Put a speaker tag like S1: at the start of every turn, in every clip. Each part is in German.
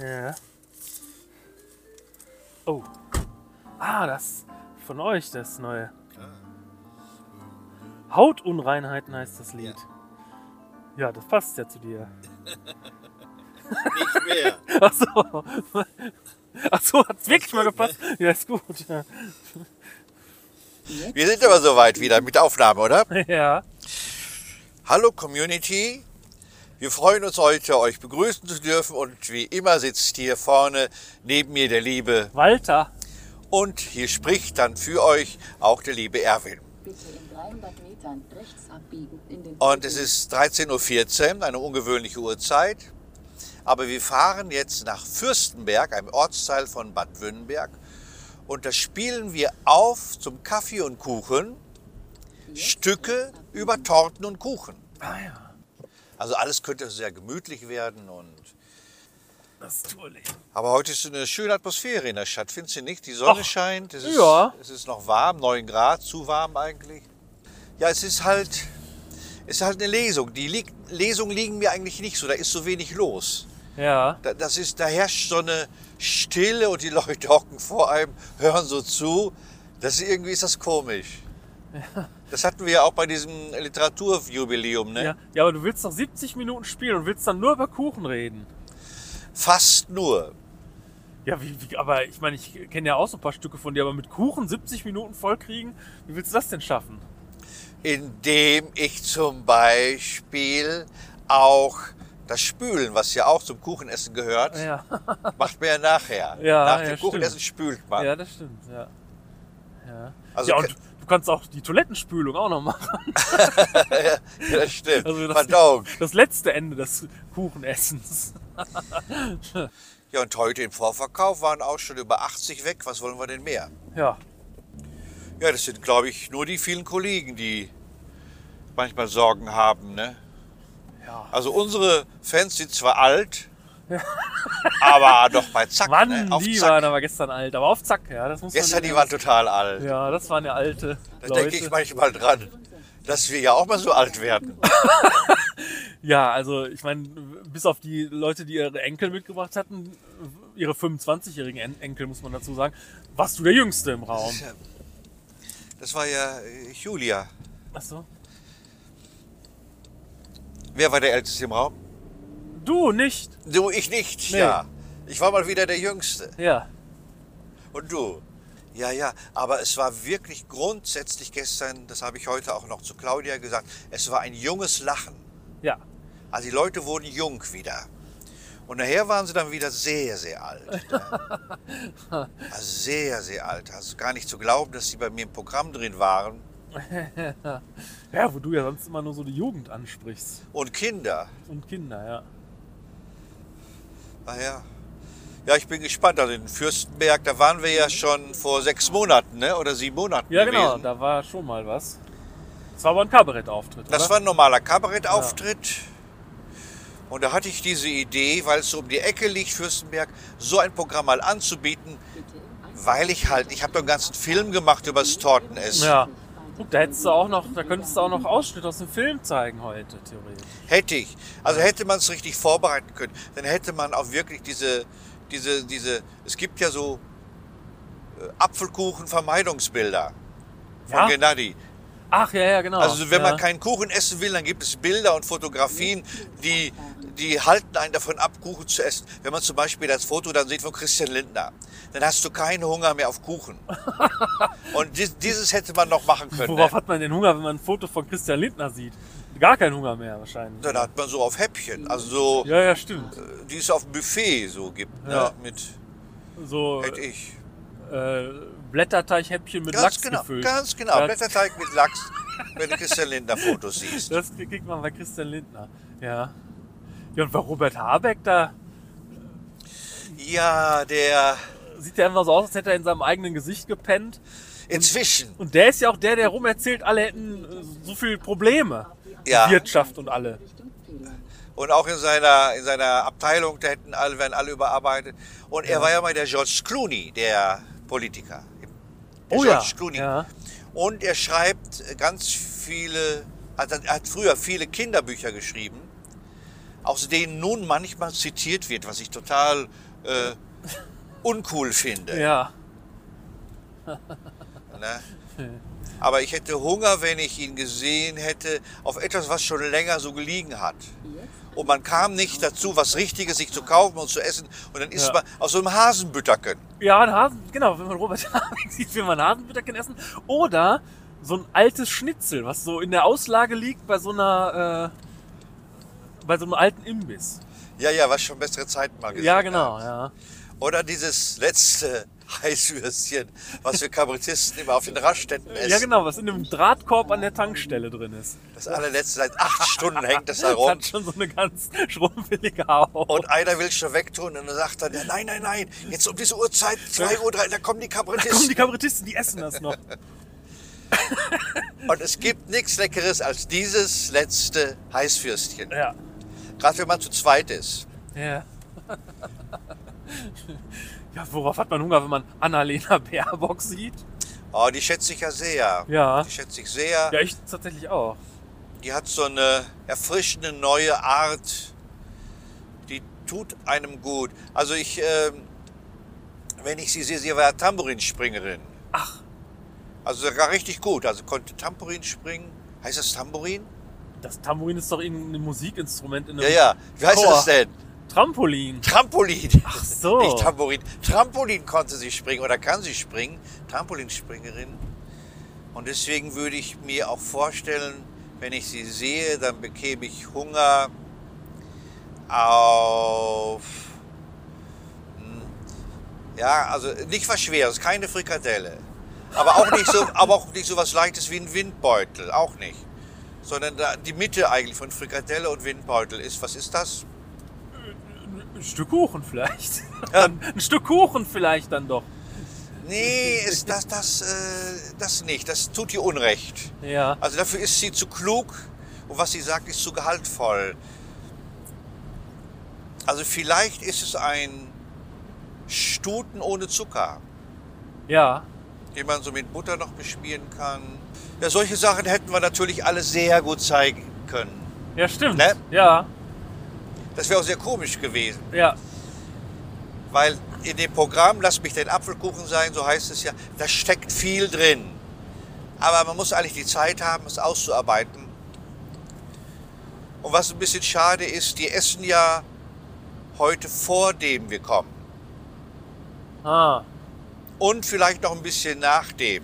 S1: Ja. Oh. Ah, das von euch, das neue.
S2: Klar.
S1: Ah. Hautunreinheiten heißt das Lied. Ja, das passt ja zu dir.
S2: Nicht mehr.
S1: Achso. Achso, hat's wirklich mal gepasst? Ja, ist gut. Ja.
S2: Wir sind aber soweit wieder mit Aufnahme, oder?
S1: ja.
S2: Hallo Community. Wir freuen uns heute, euch begrüßen zu dürfen und wie immer sitzt hier vorne neben mir der liebe
S1: Walter.
S2: und hier spricht dann für euch auch der liebe Erwin.
S3: Bitte in 300 Metern rechts abbiegen in den
S2: Und es ist 13.14 Uhr, eine ungewöhnliche Uhrzeit. Aber wir fahren jetzt nach Fürstenberg, einem Ortsteil von Bad Wünnenberg. Und da spielen wir auf zum Kaffee und Kuchen Stücke über Torten und Kuchen.
S1: Ah ja,
S2: Also alles könnte sehr gemütlich werden. Und
S1: das Tourleben.
S2: Aber heute ist eine schöne Atmosphäre in der Stadt, findest du nicht? Die Sonne
S1: Ach,
S2: scheint, es ist,
S1: ja.
S2: es ist noch warm, 9 Grad, zu warm eigentlich. Ja, es ist halt, es ist halt eine Lesung. Die liegt, Lesungen liegen mir eigentlich nicht so, da ist so wenig los.
S1: Ja.
S2: Da, das ist, da herrscht so eine Stille und die Leute hocken vor einem, hören so zu. Das ist, irgendwie ist das komisch. Das hatten wir ja auch bei diesem Literaturjubiläum, ne?
S1: ja. Ja, aber du willst noch 70 Minuten spielen und willst dann nur über Kuchen reden.
S2: Fast nur.
S1: Ja, wie, wie, aber ich meine, ich kenne ja auch so ein paar Stücke von dir, aber mit Kuchen 70 Minuten vollkriegen, wie willst du das denn schaffen?
S2: indem ich zum Beispiel auch das Spülen, was ja auch zum Kuchenessen gehört,
S1: Ja,
S2: macht man ja nachher.
S1: Ja, ja,
S2: Nach dem
S1: stimmt.
S2: Kuchenessen spült man.
S1: ja das stimmt, ja. Ja,
S2: Also
S1: Ah. ja und
S2: ke-
S1: du, du kannst auch die Toilettenspülung auch noch machen.
S2: Ja, das stimmt.
S1: Also das-
S2: Verdauung.
S1: Das letzte Ende des Kuchenessens.
S2: Ja, und heute im Vorverkauf waren auch schon über 80 weg. Was wollen wir denn mehr?
S1: Ja,
S2: Ja, das sind, glaube ich, nur die vielen Kollegen, die manchmal Sorgen haben. Ne?
S1: Ja.
S2: Also unsere Fans sind zwar alt, aber doch bei Zack.
S1: Mann,
S2: ne?
S1: die waren
S2: Zack.
S1: aber gestern alt, aber auf Zack, ja, das muss
S2: Gestern,
S1: man
S2: die waren total alt.
S1: Ja, das waren ja alte
S2: Da
S1: Leute.
S2: denke ich manchmal dran, dass wir ja auch mal so alt werden.
S1: ja, also ich meine, bis auf die Leute, die ihre Enkel mitgebracht hatten, ihre 25-jährigen En- Enkel, muss man dazu sagen, warst du der Jüngste im Raum.
S2: Das war ja äh, Julia.
S1: Achso.
S2: Wer war der Älteste im Raum?
S1: Du nicht.
S2: Du, ich nicht,
S1: Nee.
S2: ja. Ich war mal wieder der Jüngste.
S1: Ja.
S2: Und du? Ja, ja, aber es war wirklich grundsätzlich gestern, das habe ich heute auch noch zu Claudia gesagt, es war ein junges Lachen.
S1: Ja.
S2: Also die Leute wurden jung wieder. Und nachher waren sie dann wieder sehr, sehr alt. ne? Also sehr, sehr alt. Also gar nicht zu glauben, dass sie bei mir im Programm drin waren.
S1: Ja, wo du ja sonst immer nur so die Jugend ansprichst.
S2: Und Kinder.
S1: Und Kinder, ja.
S2: Ah ja. Ja, ich bin gespannt. Also in Fürstenberg, da waren wir ja schon vor sechs Monaten, ne? Oder sieben Monaten.
S1: Mhm. Ja, genau,
S2: gewesen.
S1: da war schon mal was. Das war aber ein Kabarettauftritt,
S2: Das
S1: oder?
S2: war ein normaler Kabarettauftritt. Und da hatte ich diese Idee, weil es so um die Ecke liegt, Fürstenberg, so ein Programm mal anzubieten, weil ich halt, ich habe doch einen ganzen Film gemacht über das Tortenessen.
S1: ja. Guck, da hättest du auch noch, da könntest du auch noch Ausschnitte aus dem Film zeigen heute, theoretisch.
S2: Hätte ich. Also hätte man es richtig vorbereiten können, dann hätte man auch wirklich diese, diese, diese, es gibt ja so äh, Apfelkuchen-Vermeidungsbilder von
S1: Ja?
S2: Gennady.
S1: Ach ja, ja, genau.
S2: Also wenn
S1: ja.
S2: man keinen Kuchen essen will, dann gibt es Bilder und Fotografien, die, die halten einen davon ab, Kuchen zu essen. Wenn man zum Beispiel das Foto dann sieht von Christian Lindner, dann hast du keinen Hunger mehr auf Kuchen. und dies, dieses hätte man noch machen können.
S1: Worauf
S2: Ne?
S1: hat man denn Hunger, wenn man ein Foto von Christian Lindner sieht? Gar keinen Hunger mehr wahrscheinlich.
S2: Dann hat man so auf Häppchen, also so, äh,
S1: Ja, ja, stimmt.
S2: die es auf dem Buffet so gibt,
S1: Ja.
S2: ne? mit,
S1: So
S2: hätte ich.
S1: äh, Blätterteighäppchen mit
S2: Ganz
S1: Lachs
S2: genau,
S1: gefüllt.
S2: ganz genau,
S1: Ja,
S2: Blätterteig mit Lachs, wenn du Christian Lindner Fotos siehst.
S1: Das kriegt man bei Christian Lindner. Ja. Ja, und bei Robert Habeck, da
S2: Ja, der,
S1: sieht er immer so aus, als hätte er in seinem eigenen Gesicht gepennt.
S2: inzwischen,
S1: Und der ist ja auch der, der rum erzählt, alle hätten äh, so viele Probleme.
S2: ja.
S1: Wirtschaft und alle.
S2: Und auch in seiner, in seiner Abteilung, da hätten alle, werden alle überarbeitet. Und er war ja mal der George Clooney, der Politiker. Der
S1: oh ja.
S2: George Clooney.
S1: ja.
S2: Und er schreibt ganz viele, hat, hat früher viele Kinderbücher geschrieben, aus denen nun manchmal zitiert wird, was ich total äh, uncool finde.
S1: Ja.
S2: Ne? Aber ich hätte Hunger, wenn ich ihn gesehen hätte, auf etwas, was schon länger so gelegen hat.
S3: Jetzt
S2: Und man kam nicht dazu, was Richtiges sich zu kaufen und zu essen. Und dann isst
S1: Ja.
S2: man aus so einem Hasenbütterken.
S1: Ja, einen Hasen, genau, wenn man Robert Habeck sieht, will man Hasenbütterchen essen. Oder so ein altes Schnitzel, was so in der Auslage liegt bei so einer, äh, bei so einem alten Imbiss.
S2: Ja, ja, was schon bessere Zeiten mal gesehen
S1: ja, genau,
S2: hat.
S1: ja.
S2: Oder dieses letzte Heißwürstchen, was wir Kabarettisten immer auf den Raststätten essen.
S1: Ja, genau, was in einem Drahtkorb an der Tankstelle drin ist.
S2: Das allerletzte, seit acht Stunden hängt das da
S1: Das
S2: rum.
S1: hat schon so eine ganz schrumpfelige Haut.
S2: Und einer will schon wegtun und dann sagt er, ja, nein, nein, nein, jetzt um diese Uhrzeit, 2 Uhr, drei, da kommen die
S1: Kommen
S2: Kabarettisten.
S1: die Kabarettisten, die essen das noch.
S2: Und es gibt nichts Leckeres als dieses letzte Heißwürstchen.
S1: Ja.
S2: Gerade wenn man zu zweit ist.
S1: Ja. Ja, worauf hat man Hunger, wenn man Annalena Baerbock sieht?
S2: Oh, die schätze ich ja sehr.
S1: Ja.
S2: Die schätze ich sehr.
S1: Ja, ich tatsächlich auch.
S2: Die hat so eine erfrischende neue Art. Die tut einem gut. Also ich, ähm, wenn ich sie sehe, sie war ja Tambourinspringerin.
S1: Ach.
S2: Also sogar richtig gut. Also konnte Tambourin springen. Heißt das Tambourin?
S1: Das Tambourin ist doch irgendein Musikinstrument in einem
S2: Ja, ja. Wie heißt
S1: Chor.
S2: das denn?
S1: Trampolin.
S2: Trampolin.
S1: Ach so.
S2: Nicht Tambourin. Trampolin konnte sie springen oder kann sie springen. Trampolinspringerin. Und deswegen würde ich mir auch vorstellen, wenn ich sie sehe, dann bekäme ich Hunger auf. hm, Ja, also nicht was Schweres, keine Frikadelle. Aber auch nicht so, aber auch nicht so was Leichtes wie ein Windbeutel, auch nicht. Sondern da, die Mitte eigentlich von Frikadelle und Windbeutel ist, was ist das?
S1: ein Stück Kuchen vielleicht. ein Stück Kuchen vielleicht dann doch.
S2: Nee, ist das, das, äh, das nicht. Das tut ihr Unrecht.
S1: Ja.
S2: Also dafür ist sie zu klug und was sie sagt, ist zu gehaltvoll. Also vielleicht ist es ein Stuten ohne Zucker,
S1: Ja.
S2: den man so mit Butter noch bespielen kann. Ja, solche Sachen hätten wir natürlich alle sehr gut zeigen können.
S1: Ja, stimmt.
S2: Ne?
S1: Ja.
S2: Das wäre auch sehr komisch gewesen,
S1: Ja.
S2: weil in dem Programm Lass mich den Apfelkuchen sein, so heißt es ja, da steckt viel drin. Aber man muss eigentlich die Zeit haben, es auszuarbeiten. Und was ein bisschen schade ist, die essen ja heute vor dem wir kommen.
S1: Ah.
S2: Und vielleicht noch ein bisschen nach dem.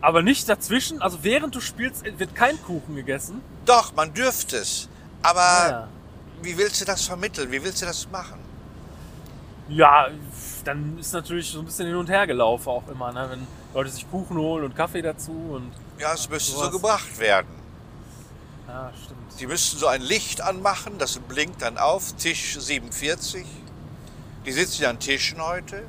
S1: Aber nicht dazwischen. Also während du spielst, wird kein Kuchen gegessen.
S2: Doch, man dürfte es. Aber
S1: Ah,
S2: wie willst du das vermitteln? Wie willst du das machen?
S1: ja. ja, dann ist natürlich so ein bisschen hin und her gelaufen auch immer, ne? Wenn Leute sich Kuchen holen und Kaffee dazu und.
S2: Ja, es müsste so
S1: sowas.
S2: gebracht werden.
S1: Ja, ah, stimmt.
S2: Die müssten so ein Licht anmachen, das blinkt dann auf. Tisch 47. Die sitzen ja an Tischen heute.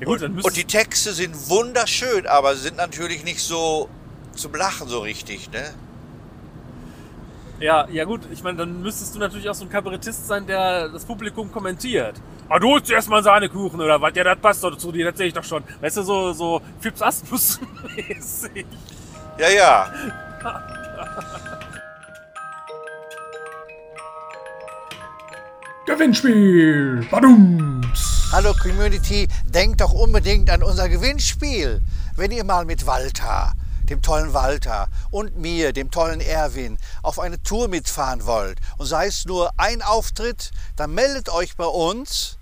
S1: Ja gut, dann müsste
S2: Und die Texte sind wunderschön, aber sind natürlich nicht so zum Lachen so richtig, ne?
S1: Ja, ja gut, ich meine, dann müsstest du natürlich auch so ein Kabarettist sein, der das Publikum kommentiert. Ah, du holst dir erstmal einen Sahnekuchen oder was? Ja, das passt doch zu dir, das sehe ich doch schon. Weißt du, so, so Fips Asmus-mäßig.
S2: Ja, ja.
S4: Gewinnspiel! Badums!
S2: Hallo Community, denkt doch unbedingt an unser Gewinnspiel. Wenn ihr mal mit Walter, dem tollen Walter und mir, dem tollen Erwin, auf eine Tour mitfahren wollt und sei es nur ein Auftritt, dann meldet euch bei uns.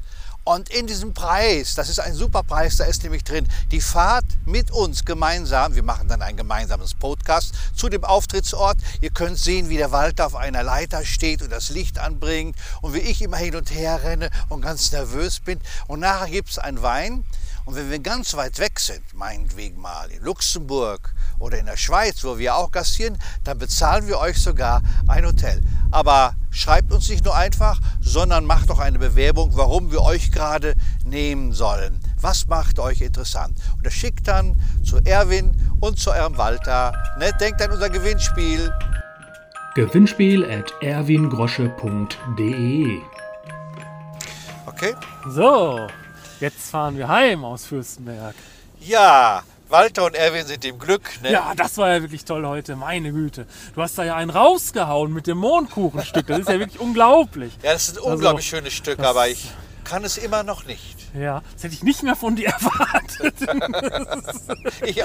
S2: Und in diesem Preis, das ist ein super Preis, da ist nämlich drin die Fahrt mit uns gemeinsam. Wir machen dann ein gemeinsames Podcast zu dem Auftrittsort. Ihr könnt sehen, wie der Walter auf einer Leiter steht und das Licht anbringt und wie ich immer hin und her renne und ganz nervös bin. Und nachher gibt es einen Wein. Und wenn wir ganz weit weg sind, meinetwegen mal in Luxemburg oder in der Schweiz, wo wir auch gastieren, dann bezahlen wir euch sogar ein Hotel. Aber schreibt uns nicht nur einfach, sondern macht doch eine Bewerbung, warum wir euch gerade nehmen sollen. Was macht euch interessant? Und das schickt dann zu Erwin und zu eurem Walter. Ne? Denkt an unser Gewinnspiel.
S4: Gewinnspiel at erwingrosche.de
S2: Okay?
S1: So, jetzt fahren wir heim aus Fürstenberg.
S2: Ja, Walter und Erwin sind im Glück. Ne?
S1: Ja, das war ja wirklich toll heute, meine Güte. Du hast da ja einen rausgehauen mit dem Mondkuchenstück. Das ist ja wirklich unglaublich.
S2: Ja, das ist ein unglaublich schönes Stück,
S1: Also, das-
S2: aber ich kann es immer noch nicht.
S1: Ja, das hätte ich nicht mehr von dir erwartet,
S2: Ich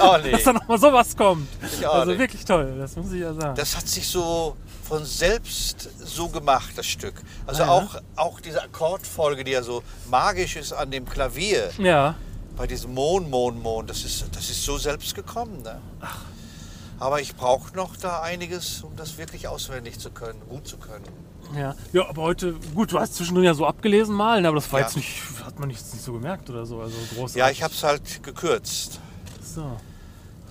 S2: auch
S1: dass
S2: nicht.
S1: da nochmal sowas kommt.
S2: Ich auch
S1: Also
S2: nicht.
S1: wirklich toll, das muss ich ja sagen.
S2: Das hat sich so von selbst so gemacht, das Stück. Also
S1: Ah, ja.
S2: auch, auch diese Akkordfolge, die ja so magisch ist an dem Klavier,
S1: ja,
S2: bei diesem Mon, Mon, Mon, das ist, das ist so selbst gekommen. Ne? Aber ich brauche noch da einiges, um das wirklich auswendig zu können, gut zu können.
S1: ja. Ja, aber heute, gut, du hast zwischendrin ja so abgelesen malen, aber das war
S2: Ja.
S1: jetzt nicht, hat man jetzt nicht so gemerkt oder so. Also großartig.
S2: Ja, ich habe es halt gekürzt,
S1: So,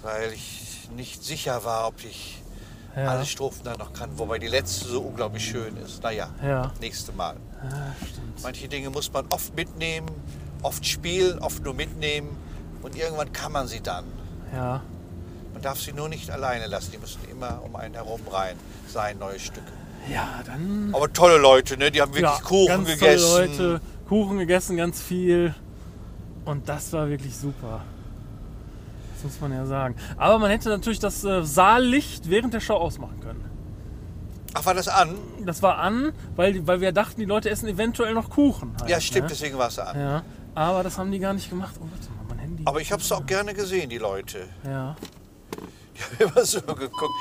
S2: weil ich nicht sicher war, ob ich
S1: ja.
S2: alle Strophen dann noch kann. Wobei die letzte so unglaublich schön ist. Naja,
S1: Ja.
S2: nächste Mal.
S1: ja, stimmt.
S2: Manche Dinge muss man oft mitnehmen, oft spielen, oft nur mitnehmen und irgendwann kann man sie dann.
S1: Ja.
S2: Man darf sie nur nicht alleine lassen, die müssen immer um einen herum rein sein, neue Stücke.
S1: Ja, dann
S2: Aber tolle Leute, ne? die haben wirklich
S1: Mhm. ja,
S2: Kuchen
S1: ganz
S2: gegessen.
S1: Tolle Leute, Kuchen gegessen, ganz viel. Und das war wirklich super. Das muss man ja sagen. Aber man hätte natürlich das äh, Saallicht während der Show ausmachen können.
S2: Ach, war das an?
S1: Das war an, weil, weil wir dachten, die Leute essen eventuell noch Kuchen. Halt,
S2: Ja, stimmt,
S1: Ne?
S2: deswegen war es an.
S1: Ja, aber das haben die gar nicht gemacht. Oh, warte mal, mein Handy.
S2: Aber ich habe es auch gerne gesehen, die Leute.
S1: Ja,
S2: Ich habe immer so geguckt.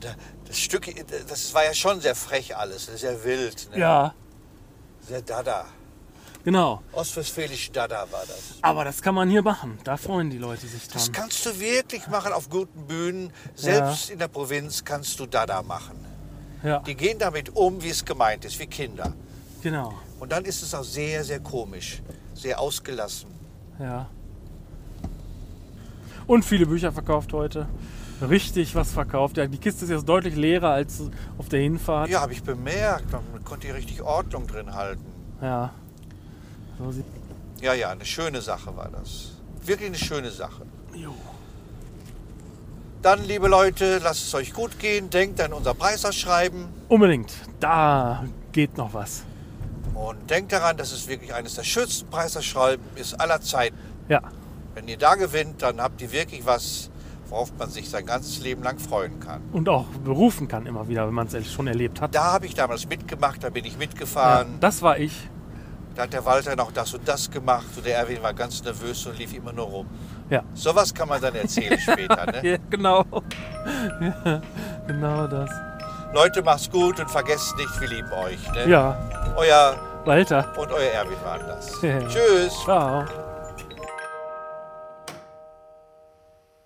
S2: Da- Das Stück, das war ja schon sehr frech alles, sehr wild, ne?
S1: ja
S2: sehr Dada.
S1: genau.
S2: Ostwestfälisch Dada war das. Hm.
S1: Aber das kann man hier machen. Da freuen die Leute sich dran.
S2: Das kannst du wirklich machen auf guten Bühnen. Selbst in der Provinz kannst du Dada machen.
S1: ja,
S2: Die gehen damit um, wie es gemeint ist, wie Kinder.
S1: genau.
S2: Und dann ist es auch sehr, sehr komisch, sehr ausgelassen.
S1: Ja. Und viele Bücher verkauft heute. Richtig was verkauft. Ja, die Kiste ist jetzt deutlich leerer als auf der Hinfahrt.
S2: Ja, habe ich bemerkt. Man konnte hier richtig Ordnung drin halten.
S1: Ja. So sieht.
S2: Ja, ja, eine schöne Sache war das. Wirklich eine schöne Sache.
S1: Jo.
S2: Dann, liebe Leute, lasst es euch gut gehen. Denkt an unser Preisausschreiben.
S1: Unbedingt. Da geht noch was.
S2: Und denkt daran, dass es wirklich eines der schönsten Preisausschreiben ist aller Zeiten.
S1: Ja.
S2: Wenn ihr da gewinnt, dann habt ihr wirklich was, worauf man sich sein ganzes Leben lang freuen kann.
S1: Und auch berufen kann immer wieder, wenn man es schon erlebt hat.
S2: Da habe ich damals mitgemacht, da bin ich
S1: ja,
S2: mitgefahren.
S1: das war ich.
S2: Da hat der Walter noch das und das gemacht und der Erwin war ganz nervös und lief immer nur rum.
S1: Ja.
S2: Sowas kann man dann erzählen später. Ne?
S1: Ja, genau. Ja, genau das.
S2: Leute, macht's gut und vergesst nicht, wir lieben euch. Ne?
S1: Ja,
S2: Euer
S1: Walter.
S2: und euer Erwin waren das.
S1: Ja.
S2: Tschüss.
S1: Ciao.